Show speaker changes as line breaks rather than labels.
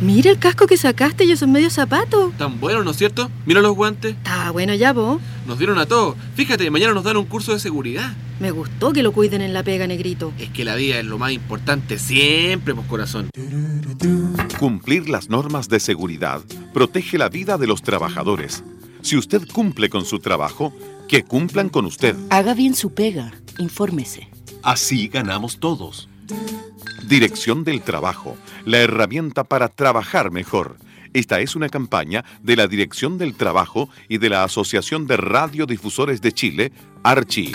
Mira el casco que sacaste y esos medios zapatos.
Tan bueno, ¿no es cierto? Mira los guantes.
Está bueno ya, vos.
Nos dieron a todos. Fíjate, mañana nos dan un curso de seguridad.
Me gustó que lo cuiden en la pega, negrito.
Es que la vida es lo más importante siempre, pues corazón.
Cumplir las normas de seguridad protege la vida de los trabajadores. Si usted cumple con su trabajo, que cumplan con usted.
Haga bien su pega, infórmese.
Así ganamos todos.
Dirección del Trabajo, la herramienta para trabajar mejor. Esta es una campaña de la Dirección del Trabajo y de la Asociación de Radiodifusores de Chile, Archi.